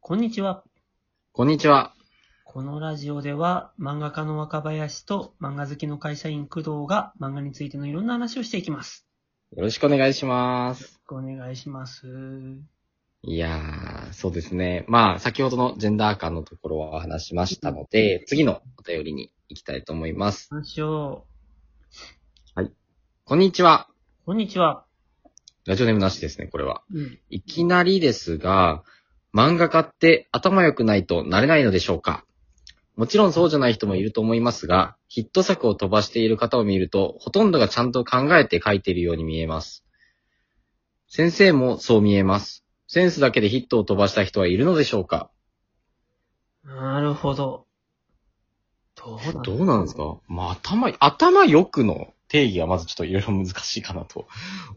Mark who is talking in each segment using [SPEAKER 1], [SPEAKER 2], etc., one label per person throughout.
[SPEAKER 1] こんにちは。
[SPEAKER 2] こんにちは。
[SPEAKER 1] このラジオでは漫画家の若林と漫画好きの会社員工藤が漫画についてのいろんな話をしていきます。
[SPEAKER 2] よろしくお願いします。
[SPEAKER 1] お願いします。
[SPEAKER 2] いやー、そうですね。まあ、先ほどのジェンダー感のところは話しましたので、次のお便りに行きたいと思います。
[SPEAKER 1] 話を、
[SPEAKER 2] こんにちは。
[SPEAKER 1] こんにちは。
[SPEAKER 2] ラジオネームなしですね、これは。
[SPEAKER 1] うん。
[SPEAKER 2] いきなりですが、漫画家って頭良くないとなれないのでしょうかもちろんそうじゃない人もいると思いますが、ヒット作を飛ばしている方を見ると、ほとんどがちゃんと考えて書いているように見えます。先生もそう見えます。センスだけでヒットを飛ばした人はいるのでしょうか
[SPEAKER 1] なるほど。どうなん
[SPEAKER 2] どうなんですかまあ、頭、頭良くの定義がまずちょっといろいろ難しいかなと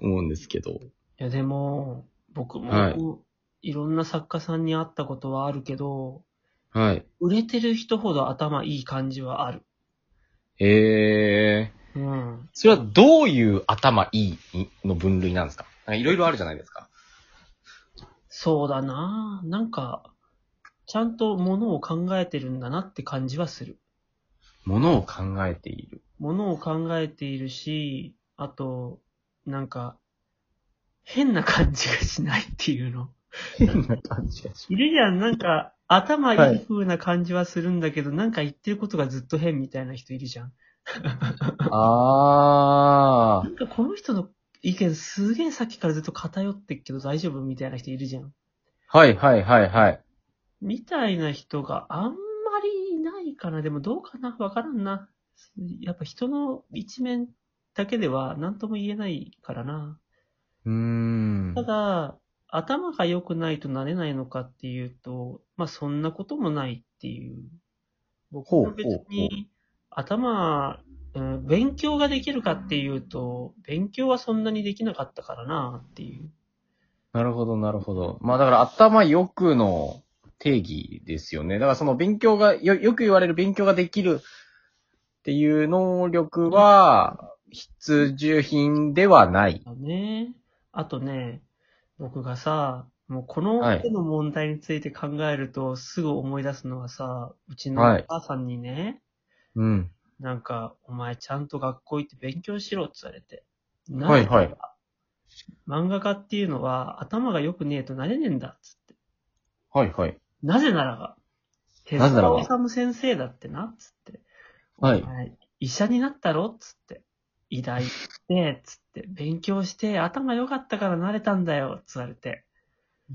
[SPEAKER 2] 思うんですけど。
[SPEAKER 1] いやでも、僕も、、
[SPEAKER 2] はい
[SPEAKER 1] ろんな作家さんに会ったことはあるけど、
[SPEAKER 2] はい。
[SPEAKER 1] 売れてる人ほど頭いい感じはある。
[SPEAKER 2] えー。
[SPEAKER 1] うん。
[SPEAKER 2] それはどういう頭いいの分類なんですかなんかいろいろあるじゃないですか。
[SPEAKER 1] そうだなぁ。なんか、ちゃんとものを考えてるんだなって感じはする。
[SPEAKER 2] ものを考えている。
[SPEAKER 1] ものを考えているし、あと、なんか、変な感じがしないっていうの。
[SPEAKER 2] 変な感じがし
[SPEAKER 1] いるじゃん、なんか、頭
[SPEAKER 2] はい
[SPEAKER 1] い
[SPEAKER 2] い
[SPEAKER 1] 風な感じはするんだけど、なんか言ってることがずっと変みたいな人いるじゃん。
[SPEAKER 2] ます。 あ
[SPEAKER 1] なんかこの人の意見すげえさっきからずっと偏ってっけど大丈夫みたいな人いるじゃん。
[SPEAKER 2] ー。はいはいはいはい。
[SPEAKER 1] みたいな人があんまりいないかな。でもどうかなわからんな。やっぱ人の一面だけでは何とも言えないからな。
[SPEAKER 2] うーん
[SPEAKER 1] ただ、頭が良くないとなれないのかっていうと、まあそんなこともないっていう。僕
[SPEAKER 2] ほう
[SPEAKER 1] も別に頭、うん、勉強ができるかっていうと、勉強はそんなにできなかったからなっていう。
[SPEAKER 2] なるほどなるほど。まあだから頭よくの定義ですよね。だからその勉強が、よ、よく言われる勉強ができるっていう能力は必需品ではない。
[SPEAKER 1] だね。あとね、僕がさ、もうこの
[SPEAKER 2] はい
[SPEAKER 1] 手の問題について考えるとすぐ思い出すのはさ、うちの
[SPEAKER 2] は
[SPEAKER 1] お
[SPEAKER 2] い
[SPEAKER 1] 母さんにね、
[SPEAKER 2] うん。
[SPEAKER 1] なんか、お前ちゃんと学校行って勉強しろって言われて。
[SPEAKER 2] はいはい
[SPEAKER 1] なんか。漫画家っていうのは頭が良くねえとなれねえんだっつって。
[SPEAKER 2] はいはい。
[SPEAKER 1] なぜならば、手
[SPEAKER 2] なぜならば
[SPEAKER 1] 塚治虫先生だってなっつって。
[SPEAKER 2] はい。
[SPEAKER 1] はい、医者になったろっつって。医大行って、つって。勉強して、頭良かったからなれたんだよ、つわれて。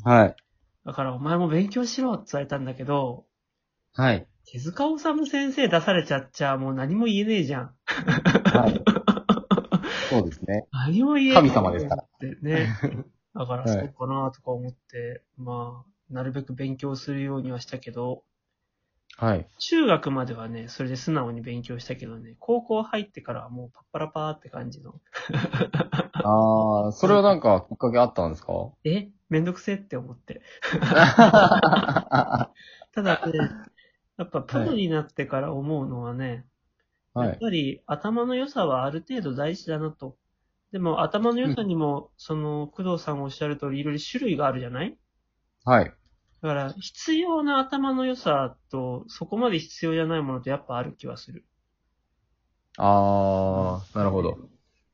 [SPEAKER 2] はい。
[SPEAKER 1] だからお前も勉強しろ、つわれたんだけど、
[SPEAKER 2] はい。
[SPEAKER 1] 手塚治虫先生出されちゃっちゃ、もう何も言えねえじゃん。
[SPEAKER 2] はい。そうですね。
[SPEAKER 1] 何も言え。
[SPEAKER 2] 神様ですから
[SPEAKER 1] って ね。だから
[SPEAKER 2] はい
[SPEAKER 1] そうかなとか思って、まあ、なるべく勉強するようにはしたけど、
[SPEAKER 2] はい。
[SPEAKER 1] 中学まではね、それで素直に勉強したけどね、高校入ってからはもうパッパラパーって感じの、
[SPEAKER 2] ああ、それはなんかきっかけあったんですか
[SPEAKER 1] えめんどくせえって思って。
[SPEAKER 2] は
[SPEAKER 1] ただね、やっぱプロになってから思うのはね、やっ
[SPEAKER 2] い。
[SPEAKER 1] ぱり頭の良さはある程度大事だなと。でも頭の良さにも、その、工藤さんおっしゃる通り、いろいろ種類があるじゃない
[SPEAKER 2] はい。
[SPEAKER 1] だから、必要な頭の良さと、そこまで必要じゃないものとやっぱある気はする。
[SPEAKER 2] ああ、なるほど。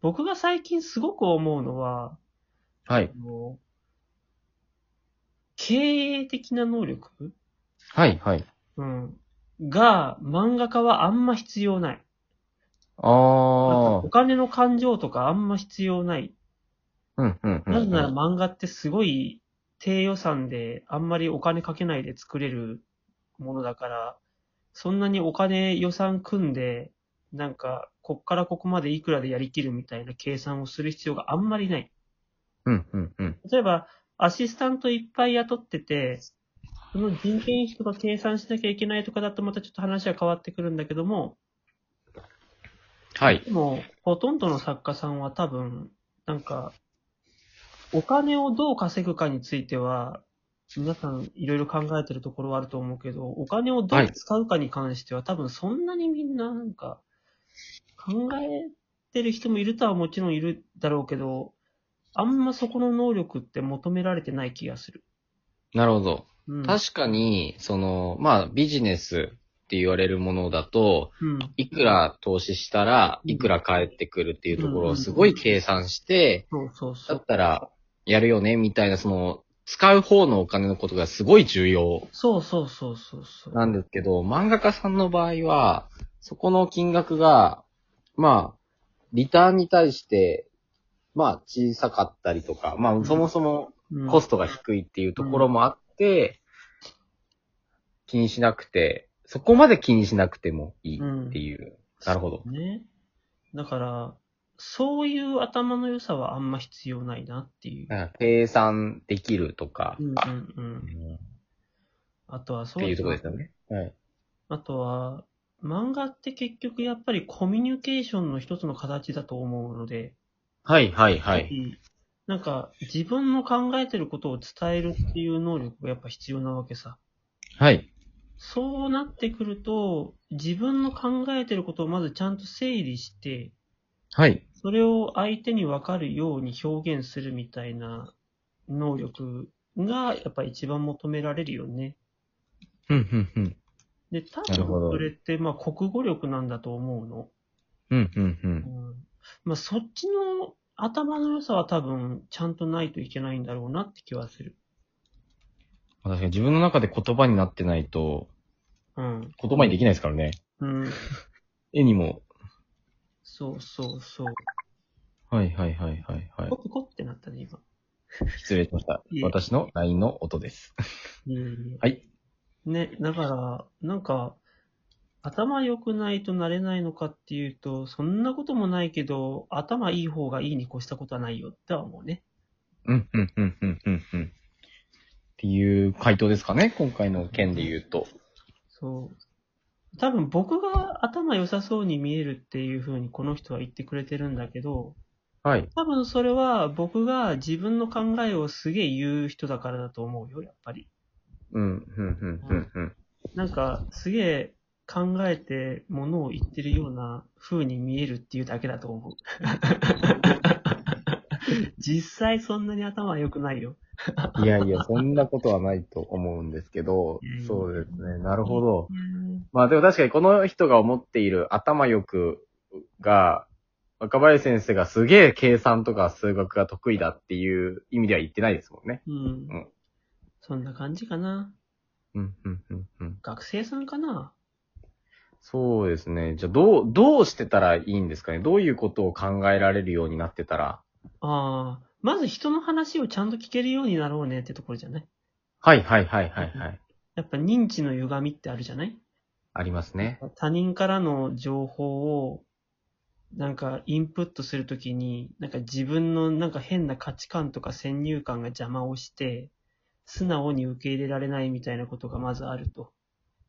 [SPEAKER 1] 僕が最近すごく思うのは、
[SPEAKER 2] はい。
[SPEAKER 1] あの経営的な能力
[SPEAKER 2] はい、はい。
[SPEAKER 1] うん。が、漫画家はあんま必要ない。なん
[SPEAKER 2] あ
[SPEAKER 1] かお金の感情とかあんま必要ない。
[SPEAKER 2] あ、うん、うん、うん。
[SPEAKER 1] なぜなら漫画ってすごい低予算であんまりお金かけないで作れるものだから、そんなにお金予算組んで、なんか、こっからここまでいくらでやりきるみたいな計算をする必要があんまりない。
[SPEAKER 2] うん、うん、うん。
[SPEAKER 1] 例えば、アシスタントいっぱい雇ってて、その人件費とか計算しなきゃいけないとかだとまたちょっと話は変わってくるんだけども、
[SPEAKER 2] はい。
[SPEAKER 1] でも、ほとんどの作家さんは多分、なんか、お金をどう稼ぐかについては、皆さんいろいろ考えてるところはあると思うけど、お金をどう使うかに関しては、多分そんなにみんななんか、考えてる人もいるとはもちろんいるだろうけど、あんまそこの能力って求められてない気がする。
[SPEAKER 2] なるほど。
[SPEAKER 1] うん。
[SPEAKER 2] 確かに、その、まあ、ビジネスって言われるものだと、
[SPEAKER 1] うん。
[SPEAKER 2] いくら投資したら
[SPEAKER 1] うん
[SPEAKER 2] いくら返ってくるっていうところ
[SPEAKER 1] うん
[SPEAKER 2] をすごい計算して、
[SPEAKER 1] そうそうそ
[SPEAKER 2] だ
[SPEAKER 1] う
[SPEAKER 2] っ。たらやるよね、みたいな、その、使う方のお金のことがすごい重要
[SPEAKER 1] そうそうそうそうそう。
[SPEAKER 2] なんですけど、漫画家さんの場合は、そこの金額が、まあ、リターンに対して、まあ、小さかったりとか、まあ、そもそも
[SPEAKER 1] うん
[SPEAKER 2] コストが低いっていうところもあって、気にしなくて、そこまで気にしなくてもいいっていう。なるほど。
[SPEAKER 1] ね。だから、そういう頭の良さはあんま必要ないなっていう。
[SPEAKER 2] なんか計算できるとか、
[SPEAKER 1] うんうんう。
[SPEAKER 2] うんんっ
[SPEAKER 1] あとはそ
[SPEAKER 2] て
[SPEAKER 1] う
[SPEAKER 2] いうところ
[SPEAKER 1] だ
[SPEAKER 2] ですよね。はい。
[SPEAKER 1] あとは、漫画って結局やっぱりコミュニケーションの一つの形だと思うので、
[SPEAKER 2] はい、はい、はい。
[SPEAKER 1] なんか自分の考えてることを伝えるっていう能力がやっぱ必要なわけさ。
[SPEAKER 2] はい。
[SPEAKER 1] そうなってくると、自分の考えてることをまずちゃんと整理して、
[SPEAKER 2] はい。
[SPEAKER 1] それを相手に分かるように表現するみたいな能力がやっぱ一番求められるよね。
[SPEAKER 2] ふんふんふん。
[SPEAKER 1] で、多
[SPEAKER 2] なるほ
[SPEAKER 1] 分
[SPEAKER 2] ど
[SPEAKER 1] それってまあ国語力なんだと思うの。
[SPEAKER 2] うん、うん、うん
[SPEAKER 1] う。ん、まあそっちの頭の良さは多分ちゃんとないといけないんだろうなって気はする。
[SPEAKER 2] 確かに自分の中で言葉になってないと、
[SPEAKER 1] うん。
[SPEAKER 2] 言葉にできないですからね。
[SPEAKER 1] うん。
[SPEAKER 2] 絵にも。
[SPEAKER 1] そうそうそう。
[SPEAKER 2] はいはいはいはいはい
[SPEAKER 1] ポ。コポコってなったね、今。
[SPEAKER 2] 失礼しました
[SPEAKER 1] いえ。
[SPEAKER 2] 私の LINE の音です。
[SPEAKER 1] いえいえ
[SPEAKER 2] はい。
[SPEAKER 1] ね、だから、なんか、頭良くないとなれないのかっていうと、そんなこともないけど、頭いい方がいいに越したことはないよっては思うね。
[SPEAKER 2] うん、うん、うん、うん、うん、うん。っていう回答ですかね、今回の件で言うと。
[SPEAKER 1] そう。多分僕が頭良さそうに見えるっていう風にこの人は言ってくれてるんだけど、
[SPEAKER 2] はい。
[SPEAKER 1] 多分それは僕が自分の考えをすげえ言う人だからだと思うよ、やっぱり。
[SPEAKER 2] うん、うん、うん、うん、うん。
[SPEAKER 1] なんか、すげえ考えて物を言ってるような風に見えるっていうだけだと思う。実際そんなに頭は良くないよ。
[SPEAKER 2] いやいや、そんなことはないと思うんですけど
[SPEAKER 1] うん、
[SPEAKER 2] そうですね。なるほど。まあでも確かにこの人が思っている頭よくが、若林先生がすげえ計算とか数学が得意だっていう意味では言ってないですもんね。
[SPEAKER 1] うん。
[SPEAKER 2] ん
[SPEAKER 1] そんな感じかな。
[SPEAKER 2] うん、うん、うん、うん。
[SPEAKER 1] 学生さんかな。
[SPEAKER 2] そうですね。じゃあ、どう、どうしてたらいいんですかねどういうことを考えられるようになってたら。
[SPEAKER 1] ああ、まず人の話をちゃんと聞けるようになろうねってところじゃない
[SPEAKER 2] はいはいはいはいはい。
[SPEAKER 1] やっぱ認知の歪みってあるじゃない
[SPEAKER 2] ありますね。
[SPEAKER 1] 他人からの情報を、なんかインプットするときに、なんか自分のなんか変な価値観とか先入観が邪魔をして、素直に受け入れられないみたいなことがまずあると。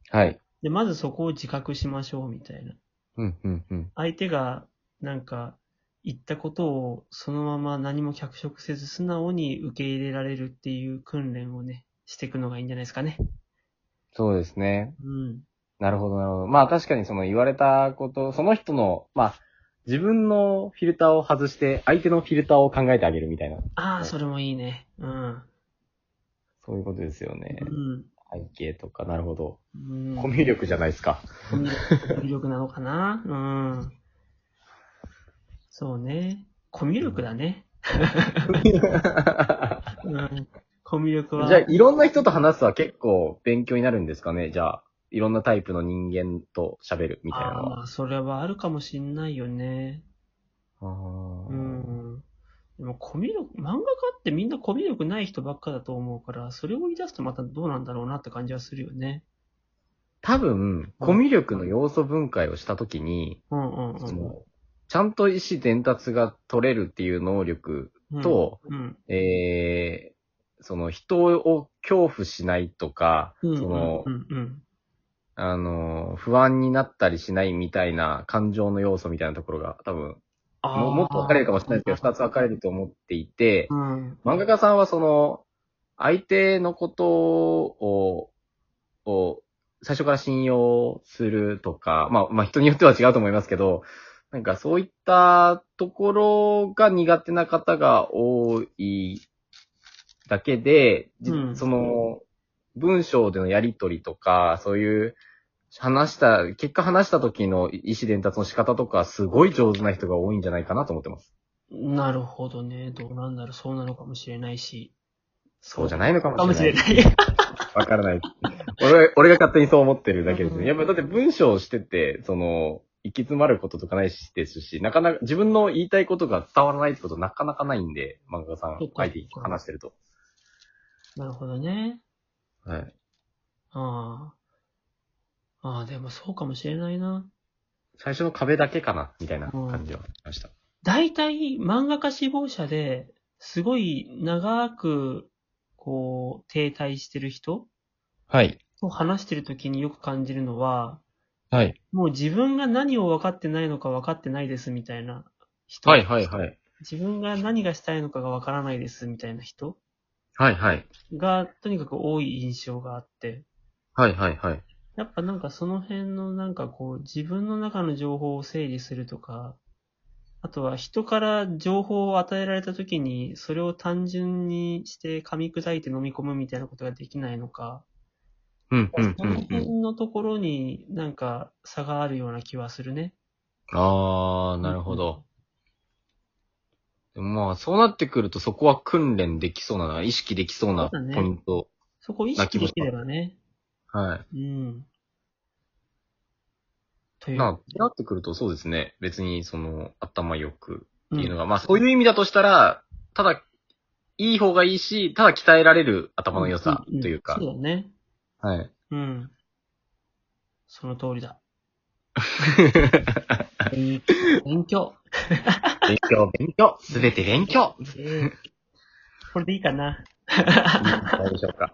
[SPEAKER 2] はい。
[SPEAKER 1] で、まずそこを自覚しましょうみたいな。
[SPEAKER 2] うんうんうん。
[SPEAKER 1] 相手がなんか言ったことをそのまま何も脚色せず素直に受け入れられるっていう訓練をね、していくのがいいんじゃないですかね。
[SPEAKER 2] そうですね。
[SPEAKER 1] うん。
[SPEAKER 2] なるほどなるほど。まあ確かにその言われたこと、その人の、まあ、自分のフィルターを外して、相手のフィルターを考えてあげるみたいな。
[SPEAKER 1] ああ、それもいいね。うん。
[SPEAKER 2] そういうことですよね。
[SPEAKER 1] うん。
[SPEAKER 2] 背景とか、なるほど。
[SPEAKER 1] うん
[SPEAKER 2] コミュ力じゃない ですか。
[SPEAKER 1] 魅力なのかなうん。そうね。コミュ力だね。
[SPEAKER 2] じゃ
[SPEAKER 1] うん。コミュ力は。
[SPEAKER 2] あ、いろんな人と話すは結構勉強になるんですかねじゃあ、いろんなタイプの人間と喋るみたいな
[SPEAKER 1] あ
[SPEAKER 2] の
[SPEAKER 1] ー
[SPEAKER 2] は。
[SPEAKER 1] まあ、それはあるかもしんないよね。
[SPEAKER 2] あー
[SPEAKER 1] うん。でも、コミュ力、漫画家ってみんなコミュ力ない人ばっかだと思うから、それを言い出すとまたどうなんだろうなって感じはするよね。
[SPEAKER 2] 多分、コミュ力の要素分解をしたときに、
[SPEAKER 1] うんうんう
[SPEAKER 2] そ
[SPEAKER 1] ん。
[SPEAKER 2] のちゃんと意思伝達が取れるっていう能力
[SPEAKER 1] うん
[SPEAKER 2] と、
[SPEAKER 1] うん。
[SPEAKER 2] えー、その人を恐怖しないとか、
[SPEAKER 1] うん
[SPEAKER 2] その
[SPEAKER 1] うんうん。
[SPEAKER 2] あの、不安になったりしないみたいな感情の要素みたいなところが多分、ももっと分かれるかもしれないですけど、二つ分かれると思っていて、
[SPEAKER 1] ど。うん。
[SPEAKER 2] 漫画家さんはその、相手のことを、を最初から信用するとか、まあ、まあ人によっては違うと思いますけど、なんかそういったところが苦手な方が多いだけで、じ
[SPEAKER 1] うん
[SPEAKER 2] その、文章でのやりとりとか、そういう、話した、結果話した時の意思伝達の仕方とか、すごい上手な人が多いんじゃないかなと思ってます。
[SPEAKER 1] なるほどね。どうなんだろう。そうなのかもしれないし。
[SPEAKER 2] そうじゃないのかも
[SPEAKER 1] かもし
[SPEAKER 2] しれ
[SPEAKER 1] れ
[SPEAKER 2] ない。
[SPEAKER 1] ない。
[SPEAKER 2] わからない。俺、俺が勝手にそう思ってるだけです
[SPEAKER 1] うん
[SPEAKER 2] ね。やっぱだって文章をしてて、その、行き詰まることとかないしですし、なかなか自分の言いたいことが伝わらないってことなかなかないんで、漫画家さん
[SPEAKER 1] そっか、
[SPEAKER 2] 相手に話してると。
[SPEAKER 1] なるほどね。
[SPEAKER 2] はい。
[SPEAKER 1] ああ。ああ、でもそうかもしれないな。
[SPEAKER 2] 最初の壁だけかな、みたいな感じはしました。
[SPEAKER 1] 大体、漫画家志望者で、すごい長く、こう、停滞してる人
[SPEAKER 2] はい。
[SPEAKER 1] と話してるときによく感じるのは、
[SPEAKER 2] はい。
[SPEAKER 1] もう自分が何を分かってないのか分かってないですみたいな人。
[SPEAKER 2] はい、はい、はい。
[SPEAKER 1] 自分が何がしたいのかが分からないですみたいな人
[SPEAKER 2] はい、はい。
[SPEAKER 1] が、とにかく多い印象があって、
[SPEAKER 2] はい、はい、はい。
[SPEAKER 1] やっぱなんかその辺のなんかこう、自分の中の情報を整理するとか、あとは人から情報を与えられた時に、それを単純にして噛み砕いて飲み込むみたいなことができないのか、
[SPEAKER 2] うん、
[SPEAKER 1] そ
[SPEAKER 2] うん、う
[SPEAKER 1] の
[SPEAKER 2] ん、う
[SPEAKER 1] 辺
[SPEAKER 2] ん。
[SPEAKER 1] のところになんか差があるような気はするね。
[SPEAKER 2] あー、なるほど。でもまあ、そうなってくると、そこは訓練できそうなな、意識できそうな
[SPEAKER 1] そうだね
[SPEAKER 2] ポイント。
[SPEAKER 1] そこを意識できればね。
[SPEAKER 2] はい。
[SPEAKER 1] うん。という。
[SPEAKER 2] まあ、なってくるとそうですね。別に、その、頭良く
[SPEAKER 1] う
[SPEAKER 2] っていうの
[SPEAKER 1] ん、
[SPEAKER 2] が、まあ、そういう意味だとしたら、ただ、いい方がいいし、ただ鍛えられる頭の良さというか
[SPEAKER 1] ん。そうだね。
[SPEAKER 2] はい。
[SPEAKER 1] うん。その通りだ。勉強。
[SPEAKER 2] 勉強、勉強、すべて 勉強。
[SPEAKER 1] えーこれでいいかな。
[SPEAKER 2] いいんじゃないでしょうか。